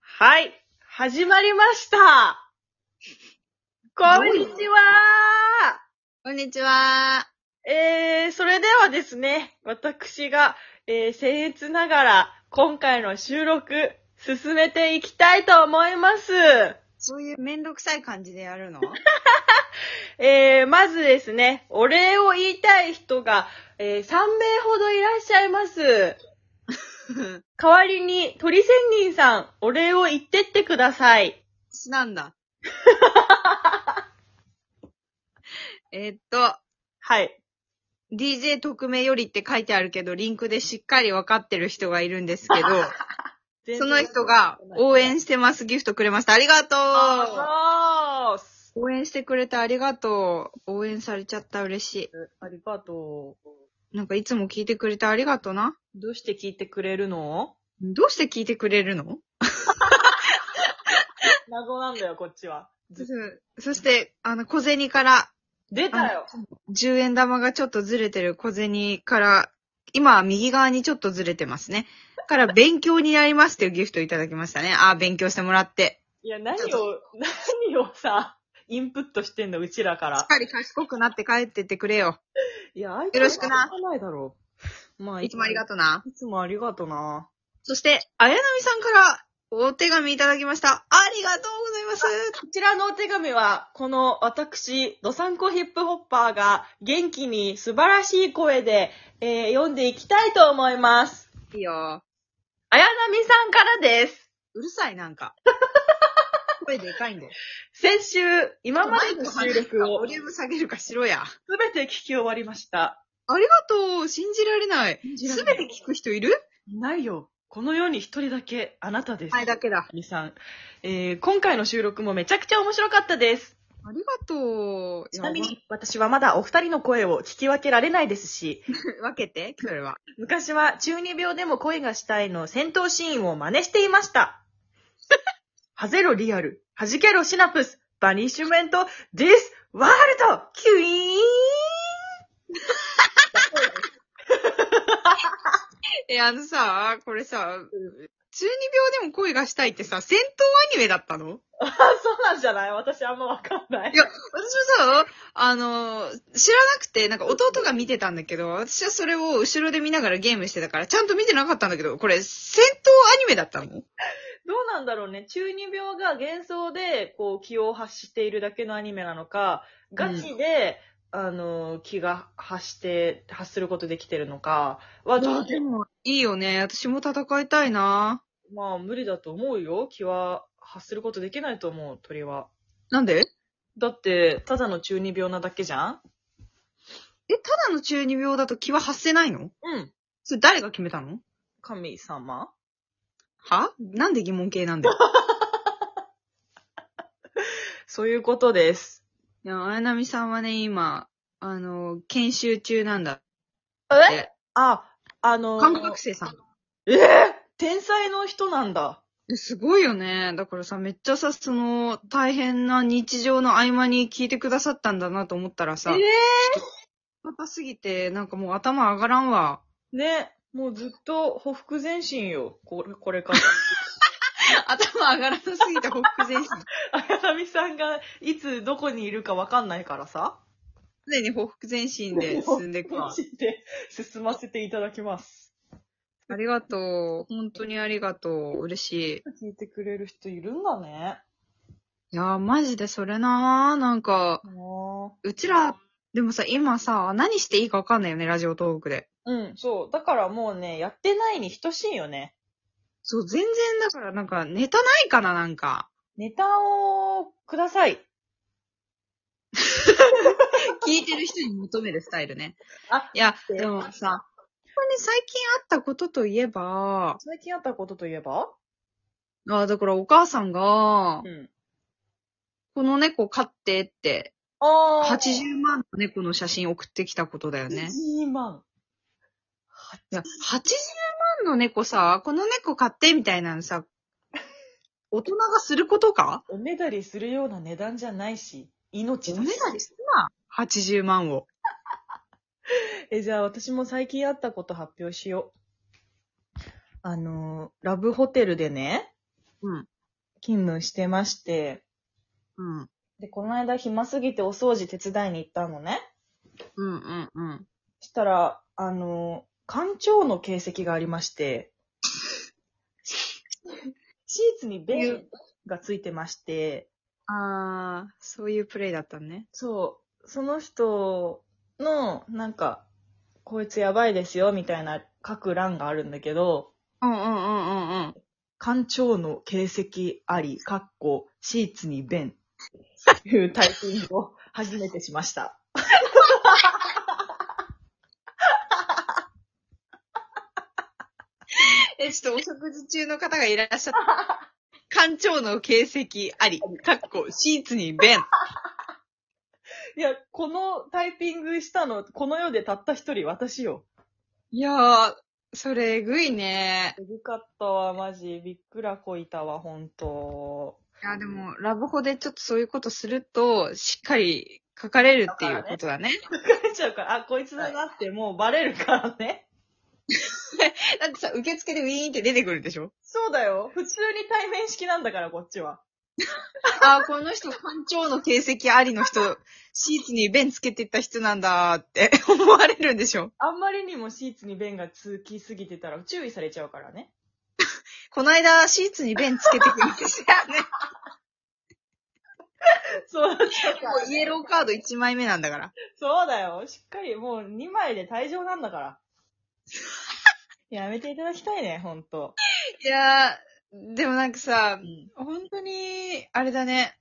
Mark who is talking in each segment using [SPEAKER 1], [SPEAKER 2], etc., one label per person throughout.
[SPEAKER 1] はい。始まりました。こんにちは。
[SPEAKER 2] こんにちは。
[SPEAKER 1] えー、それではですね、私が、えー、僭越ながら、今回の収録、進めていきたいと思います。
[SPEAKER 2] そういうめんどくさい感じでやるの
[SPEAKER 1] えー、まずですね、お礼を言いたい人が、えー、3名ほどいらっしゃい ます。代わりに、鳥仙人さん、お礼を言ってってください。
[SPEAKER 2] 私なんだ。えーっと、
[SPEAKER 1] はい。
[SPEAKER 2] DJ 特命よりって書いてあるけど、リンクでしっかりわかってる人がいるんですけど、その人が応援してますギフトくれました。ありがと
[SPEAKER 1] あそう
[SPEAKER 2] 応援してくれてありがとう。応援されちゃった嬉し
[SPEAKER 1] うありがとう。
[SPEAKER 2] い。なんかいつも聞いてくれてありがとうな。
[SPEAKER 1] どうして聞いてくれるの
[SPEAKER 2] どうして聞いてくれるの
[SPEAKER 1] 謎なんだよ、こっちは。
[SPEAKER 2] そ
[SPEAKER 1] ず
[SPEAKER 2] そして、あの、小銭から
[SPEAKER 1] 出たよ。
[SPEAKER 2] 10円玉がちょっとずれてる小銭から、今は右側にちょっとずれてますね。から勉強になりますっていうギフトをいただきましたね。ああ、勉強してもらって。
[SPEAKER 1] いや、何を、何をさ、インプットしてんだ、うちらか
[SPEAKER 2] しっ
[SPEAKER 1] ら。
[SPEAKER 2] かり賢くなって帰ってってくれよ。
[SPEAKER 1] いや、よ
[SPEAKER 2] よろしくな
[SPEAKER 1] ないだろう。まあ、
[SPEAKER 2] いつもありが
[SPEAKER 1] と
[SPEAKER 2] とうな。
[SPEAKER 1] う。いつもありがとうな。
[SPEAKER 2] そして、あやなみさんからお手紙いただきました。ありがとうございます。
[SPEAKER 1] こちらのお手紙は、この私、ドサンコヒップホッパーが元気に素晴らしい声で、えー読んでいきたいと思います。
[SPEAKER 2] いいよ。
[SPEAKER 1] あやなみさんからです。
[SPEAKER 2] うるさい、なんか。声でかいんだよ。
[SPEAKER 1] 先週、今までの収録を
[SPEAKER 2] ボリューム下げるかしろや。
[SPEAKER 1] すべて聞き終わりました。
[SPEAKER 2] ありがとう。信じられない。すべて聞く人いる
[SPEAKER 1] いないよ。この世に一人だけ、あなたです。
[SPEAKER 2] はい、だけだ。
[SPEAKER 1] みさん。えー、今回の収録もめちゃくちゃ面白かったです。
[SPEAKER 2] ありがとう。
[SPEAKER 1] ちなみに、私はまだお二人の声を聞き分けられないですし、
[SPEAKER 2] 分けて、それは。
[SPEAKER 1] 昔は中二病でも恋がしたいの戦闘シーンを真似していました。はぜろリアル、はじけろシナプス、バニッシュメント、ディス、ワールド、キュイーン
[SPEAKER 2] え、あのさ、これさ、中二病でも恋がしたいってさ、戦闘アニメだったの
[SPEAKER 1] あ、 そうなんじゃない私あんまわかんない
[SPEAKER 2] いや、私もさ、あの、知らなくて、なんか弟が見てたんだけど、私はそれを後ろで見ながらゲームしてたから、ちゃんと見てなかったんだけど、これ、戦闘アニメだったの
[SPEAKER 1] どうなんだろうね。中二病が幻想で、こう、気を発しているだけのアニメなのか、ガチで、あの、気が発して、発することできてるのかは、ちょっと、
[SPEAKER 2] も、いいよね。私も戦いたいな。
[SPEAKER 1] まあ、無理だと思うよ。気は発することできないと思う、鳥は。
[SPEAKER 2] なんで
[SPEAKER 1] だって、ただの中二病なだけじゃん
[SPEAKER 2] え、ただの中二病だと気は発せないの
[SPEAKER 1] うん。
[SPEAKER 2] それ誰が決めたの
[SPEAKER 1] 神様
[SPEAKER 2] はなんで疑問形なんだよ。
[SPEAKER 1] そういうことです。
[SPEAKER 2] いや、綾波さんはね、今、あの、研修中なんだ。
[SPEAKER 1] えあ、あの
[SPEAKER 2] 看護学生さん。
[SPEAKER 1] えー天才の人なんだ。
[SPEAKER 2] えすごいよね。だからさ、めっちゃさ、その、大変な日常の合間に聞いてくださったんだなと思ったら
[SPEAKER 1] え
[SPEAKER 2] さ、またすぎて、なんかもう頭上がらんわ。
[SPEAKER 1] ね、もうずっと、ほふく前進よ。これ、これから。
[SPEAKER 2] 頭上がらなすぎて、ほっく 前進。す
[SPEAKER 1] あやなみさんが、いつ、どこにいるかわかんないからさ。
[SPEAKER 2] でにほふく前進で進んでいく わ。
[SPEAKER 1] で、進ませていただきます。
[SPEAKER 2] ありがとう。本当にありがとう。嬉しい。
[SPEAKER 1] 聞いてくれる人いるんだね。
[SPEAKER 2] いやー、マジでそれなー。なんか、
[SPEAKER 1] あ
[SPEAKER 2] うちら、でもさ、今さ、何していいかわかんないよね、ラジオトークで。
[SPEAKER 1] うん、そう。だからもうね、やってないに等しいよね。
[SPEAKER 2] そう、全然だから、なんか、ネタないかな、なんか。
[SPEAKER 1] ネタを、ください。
[SPEAKER 2] 聞いてる人に求めるスタイルね。
[SPEAKER 1] あ
[SPEAKER 2] いや、でもさ、本当に最近あったことといえば、
[SPEAKER 1] 最近あったことといえば
[SPEAKER 2] あだからお母さんが、
[SPEAKER 1] ん。
[SPEAKER 2] この猫飼ってって、
[SPEAKER 1] ああ。
[SPEAKER 2] 80万の猫の写真送ってきたことだよね。
[SPEAKER 1] 80万。
[SPEAKER 2] いや、80万の猫さ、この猫飼ってみたいなのさ、大人がすることか
[SPEAKER 1] おねだりするような値段じゃないし、命
[SPEAKER 2] お
[SPEAKER 1] だし
[SPEAKER 2] ねだりすな。80万を。
[SPEAKER 1] え、じゃあ私も最近あったこと発表しよう。あのー、ラブホテルでね、
[SPEAKER 2] うん。
[SPEAKER 1] 勤務してまして、
[SPEAKER 2] うん。
[SPEAKER 1] で、この間暇すぎてお掃除手伝いに行ったのね。
[SPEAKER 2] うんうんうん。
[SPEAKER 1] したら、あの、館長の形跡がありまして、シーツに便がついてまして、
[SPEAKER 2] あー、そういうプレイだったね。
[SPEAKER 1] そう、その人の、なんか、こいつやばいですよ、みたいな書く欄があるんだけど、
[SPEAKER 2] うんうんうんうんうん。
[SPEAKER 1] 館長の形跡あり、かっこ、シーツに便。というタイピングを初めてしました。
[SPEAKER 2] え、ちょっとお食事中の方がいらっしゃった。 館長の形跡あり、かっこ、シーツに便。
[SPEAKER 1] いや、このタイピングしたの、この世でたった一人私よ。
[SPEAKER 2] いやー、それえぐいね。
[SPEAKER 1] えぐかったわ、マジ。びっくらこいたわ、ほんと。
[SPEAKER 2] いや、でも、ラブホでちょっとそういうことすると、しっかり書かれるっていうことだね。
[SPEAKER 1] 疲れちゃう から、あ、こいつだなって、もうバレるからね。
[SPEAKER 2] だってさ、受付でウィーンって出てくるでしょ
[SPEAKER 1] そうだよ。普通に対面式なんだから、こっちは。
[SPEAKER 2] あー、この人、館長の形跡ありの人、シーツに便つけてった人なんだーって 思われるんでしょ
[SPEAKER 1] あんまりにもシーツに便がつきすぎてたら注意されちゃうからね。
[SPEAKER 2] この間、シーツに便つけてくる んですよね。
[SPEAKER 1] そう、
[SPEAKER 2] もうイエローカード1枚目なんだから。
[SPEAKER 1] そうだよ。しっかりもう2枚で退場なんだから。 やめていただきたいね、ほんと。
[SPEAKER 2] いやー、でもなんかさ
[SPEAKER 1] う、ん。
[SPEAKER 2] 本当に、あれだね。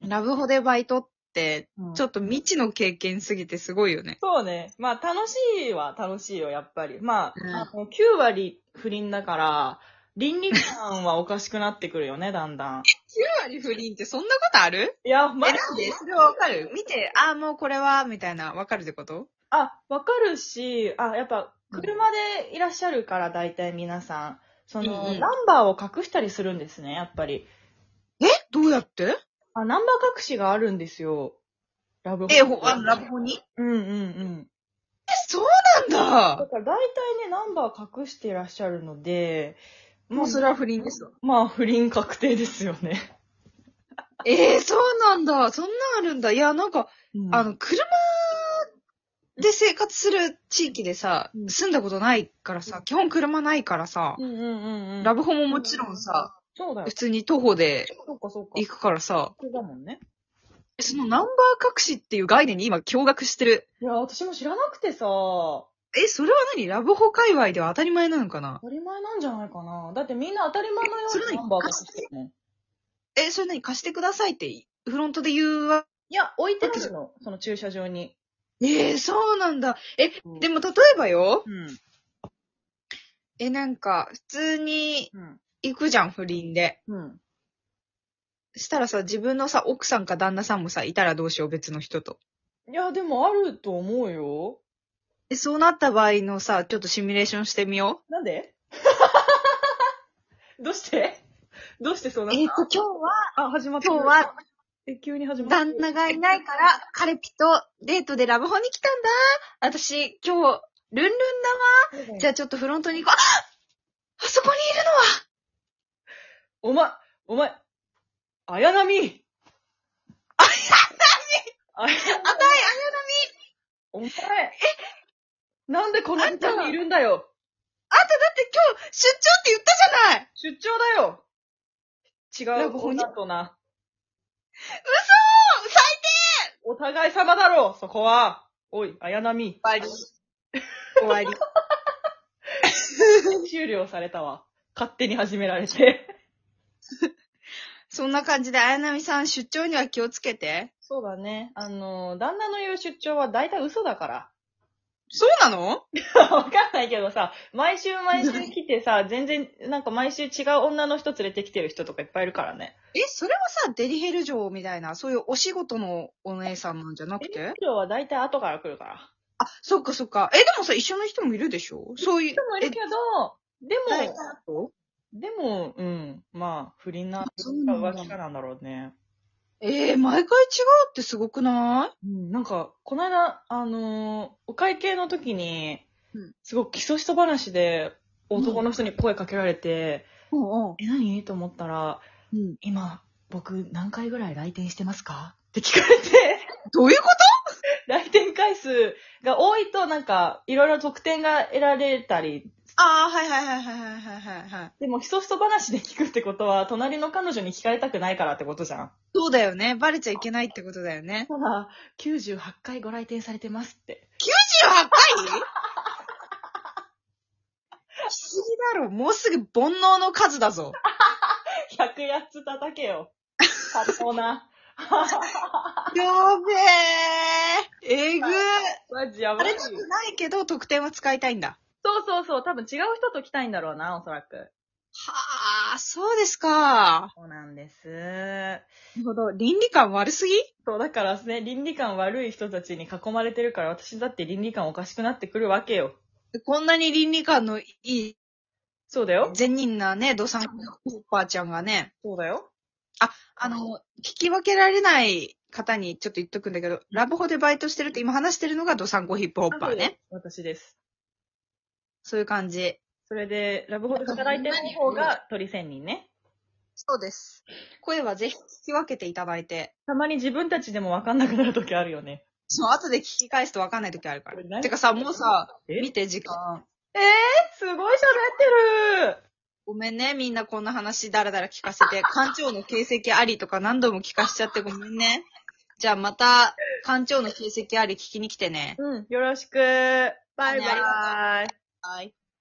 [SPEAKER 2] ラブホでバイトって、ち
[SPEAKER 1] ちょ
[SPEAKER 2] ょ
[SPEAKER 1] っと。
[SPEAKER 2] っと未知の経験すぎてすごいよね。
[SPEAKER 1] そうね。まあ、楽しいは楽しいよ、やっぱり。まあ、
[SPEAKER 2] うん
[SPEAKER 1] あの9割不倫だから、倫理観はおかしくなってくるよね、だんだん。
[SPEAKER 2] 9割不倫ってそんなことある
[SPEAKER 1] いや、ま
[SPEAKER 2] え、なんでそれはわかる見て、ああ、もうこれは、みたいな、わかるってこと
[SPEAKER 1] あ、わかるし、あ、やっぱ、車でいらっしゃるから、大体皆さん。その、
[SPEAKER 2] うんうん
[SPEAKER 1] ナンバーを隠したりするんですね、やっぱり。
[SPEAKER 2] えどうやって
[SPEAKER 1] あ、ナンバー隠しがあるんですよ。ラブホ
[SPEAKER 2] え、ほ、あの、ラブホにえ、
[SPEAKER 1] うんうんうん。
[SPEAKER 2] そう
[SPEAKER 1] だ
[SPEAKER 2] なんだ
[SPEAKER 1] から大体ね、ナンバー隠していらっしゃるので、も
[SPEAKER 2] も
[SPEAKER 1] う
[SPEAKER 2] うそ
[SPEAKER 1] それ、
[SPEAKER 2] れは不倫ですわ。
[SPEAKER 1] まあ、不倫確定ですよね。
[SPEAKER 2] えー、そうなんだそんなんあるんだいや、なんか、あの、車で生活する地域でさ、
[SPEAKER 1] うん
[SPEAKER 2] 住んだことないからさ、基本車ないからさ、
[SPEAKER 1] うんうんうんうん。
[SPEAKER 2] ラブホももちろんさ、
[SPEAKER 1] そうだよ
[SPEAKER 2] 普。通に徒歩で
[SPEAKER 1] そうかそうか。
[SPEAKER 2] 行くからさ、
[SPEAKER 1] くだもんね。
[SPEAKER 2] そのナンバー隠しっていう概念に今驚愕してる。
[SPEAKER 1] いや、私も知らなくてさ、当
[SPEAKER 2] え、それは何ラブホ界隈では当たり前なのかな
[SPEAKER 1] たり前なんじゃないかな。だってみんな当たり前のよ
[SPEAKER 2] それ
[SPEAKER 1] うに
[SPEAKER 2] 何
[SPEAKER 1] ナンバー隠してるもん。
[SPEAKER 2] え、それ何貸してくださいって、フロントで言うわ。
[SPEAKER 1] いや、置いてあるの、その駐車場に。
[SPEAKER 2] えー、そうなんだ。え、でも例えばよ、
[SPEAKER 1] うん。
[SPEAKER 2] え、なんか、普通に
[SPEAKER 1] うん。
[SPEAKER 2] 行くじゃん、不倫で。
[SPEAKER 1] うん。
[SPEAKER 2] したらさ、自分のさ、奥さんか旦那さんもさ、いたらどうしよう、別の人と。
[SPEAKER 1] いや、でもあると思うよ。
[SPEAKER 2] え、そうなった場合のさ、ちょっとシミュレーションしてみよ
[SPEAKER 1] なんで どうしてどうしてそう
[SPEAKER 2] う。
[SPEAKER 1] なった
[SPEAKER 2] っと、今日は、
[SPEAKER 1] あ、始まった。
[SPEAKER 2] 今日は、
[SPEAKER 1] え、急に始まった。
[SPEAKER 2] 旦那がいないから、彼ピとデートでラブホに来たんだ。私、今日、ルンルンだわ。じゃあちょっとフロントに行こう。ああそこにいるのは
[SPEAKER 1] お前、お前、綾波綾波
[SPEAKER 2] あたい、
[SPEAKER 1] お前、えなんでこの時間にいるんだよ
[SPEAKER 2] あなただって今日、出張って言ったじゃない
[SPEAKER 1] 出張だよ違
[SPEAKER 2] ラ
[SPEAKER 1] う
[SPEAKER 2] ブホに
[SPEAKER 1] 女とな。
[SPEAKER 2] 嘘最
[SPEAKER 1] お互い様だろう、そこは。おい、綾 波。
[SPEAKER 2] 終わり。終わり。
[SPEAKER 1] 終了されたわ。勝手に始められて。
[SPEAKER 2] そんな感じで、綾波さん、出張には気をつけて。
[SPEAKER 1] そうだね。あの、旦那の言う出張は大体嘘だから。
[SPEAKER 2] そうなの
[SPEAKER 1] わかんないけどさ、毎週毎週来て さ、全然、なんか毎週違う女の人連れてきてる人とかいっぱいいるからね。
[SPEAKER 2] え、それはさ、デリヘル嬢みたいな、そういうお仕事のお姉さんなんじゃなくて
[SPEAKER 1] 今日は大体後から来るから。
[SPEAKER 2] あ、そっかそっか。え、でもさ、一緒の人もいるでしょそういう
[SPEAKER 1] 人。もいるけど、で
[SPEAKER 2] 誰
[SPEAKER 1] も、
[SPEAKER 2] かと
[SPEAKER 1] でも、うん、まあ、不倫な
[SPEAKER 2] そうなんだ
[SPEAKER 1] 浮気かなんだろうね。
[SPEAKER 2] えー、毎回違うってすごくない
[SPEAKER 1] うん、なんか、この間、あのーお会計の時に
[SPEAKER 2] うん、
[SPEAKER 1] すごく基礎人話で、男の人に声かけられて、
[SPEAKER 2] うんうん。
[SPEAKER 1] え、何と思ったら、
[SPEAKER 2] うん。
[SPEAKER 1] 今、僕何回ぐらい来店してますかって聞かれて、
[SPEAKER 2] どういうこ
[SPEAKER 1] 来店回数が多いとなんか、いろいろ特典が得られたり、
[SPEAKER 2] とああ、はいはいはいはいはいはいはい。
[SPEAKER 1] でも、ひそひそ話で聞くってことは、隣の彼女に聞かれたくないからってことじゃん。
[SPEAKER 2] そうだよね。バレちゃいけないってことだよね。
[SPEAKER 1] ただ、98回ご来店されてますって。
[SPEAKER 2] 98回 しすぎだろ。もうすぐ煩悩の数だぞ。
[SPEAKER 1] 100やつ叩け よ。かっこな。
[SPEAKER 2] やべえ。えぐ
[SPEAKER 1] マジや
[SPEAKER 2] あ
[SPEAKER 1] ばい
[SPEAKER 2] れ。じゃないけど、得点は使いたいんだ。
[SPEAKER 1] そうそうそう、多分違う人と来たいんだろうな、おそらく。
[SPEAKER 2] はあ、そうですか。
[SPEAKER 1] そうなんです。
[SPEAKER 2] なるほど。倫理観悪すぎ
[SPEAKER 1] そう、だからね、倫理観悪い人たちに囲まれてるから、私だって倫理観おかしくなってくるわけよ。
[SPEAKER 2] こんなに倫理観のいい、
[SPEAKER 1] そうだよ。
[SPEAKER 2] 善人なね、ドサンコッパーちゃんがね、
[SPEAKER 1] そうだよ。
[SPEAKER 2] あの、聞き分けられない方にちょっと言っとくんだけど、ラブホでバイトしてるって今話してるのがドサンコヒップホッパーね。
[SPEAKER 1] 私です。
[SPEAKER 2] そういう感じ。
[SPEAKER 1] それで、ラブホで働いてる方が鳥仙人ね。
[SPEAKER 2] そうです。声はぜひ聞き分けていただいて。
[SPEAKER 1] たまに自分たちでもわかんなくなる時あるよね。
[SPEAKER 2] そう、後で聞き返すと分かんない時あるか
[SPEAKER 1] これ何
[SPEAKER 2] ら。てかさ、もうさ、
[SPEAKER 1] え
[SPEAKER 2] 見て時間。
[SPEAKER 1] えー、すごい喋ってる
[SPEAKER 2] ごめんね、みんなこんな話だらだら聞かせて。館長の形跡ありとか何度も聞かしちゃってごめんね。じゃあまた、館長の形跡あり聞きに来てね。
[SPEAKER 1] うん、よろしく。バイバイ。
[SPEAKER 2] はい。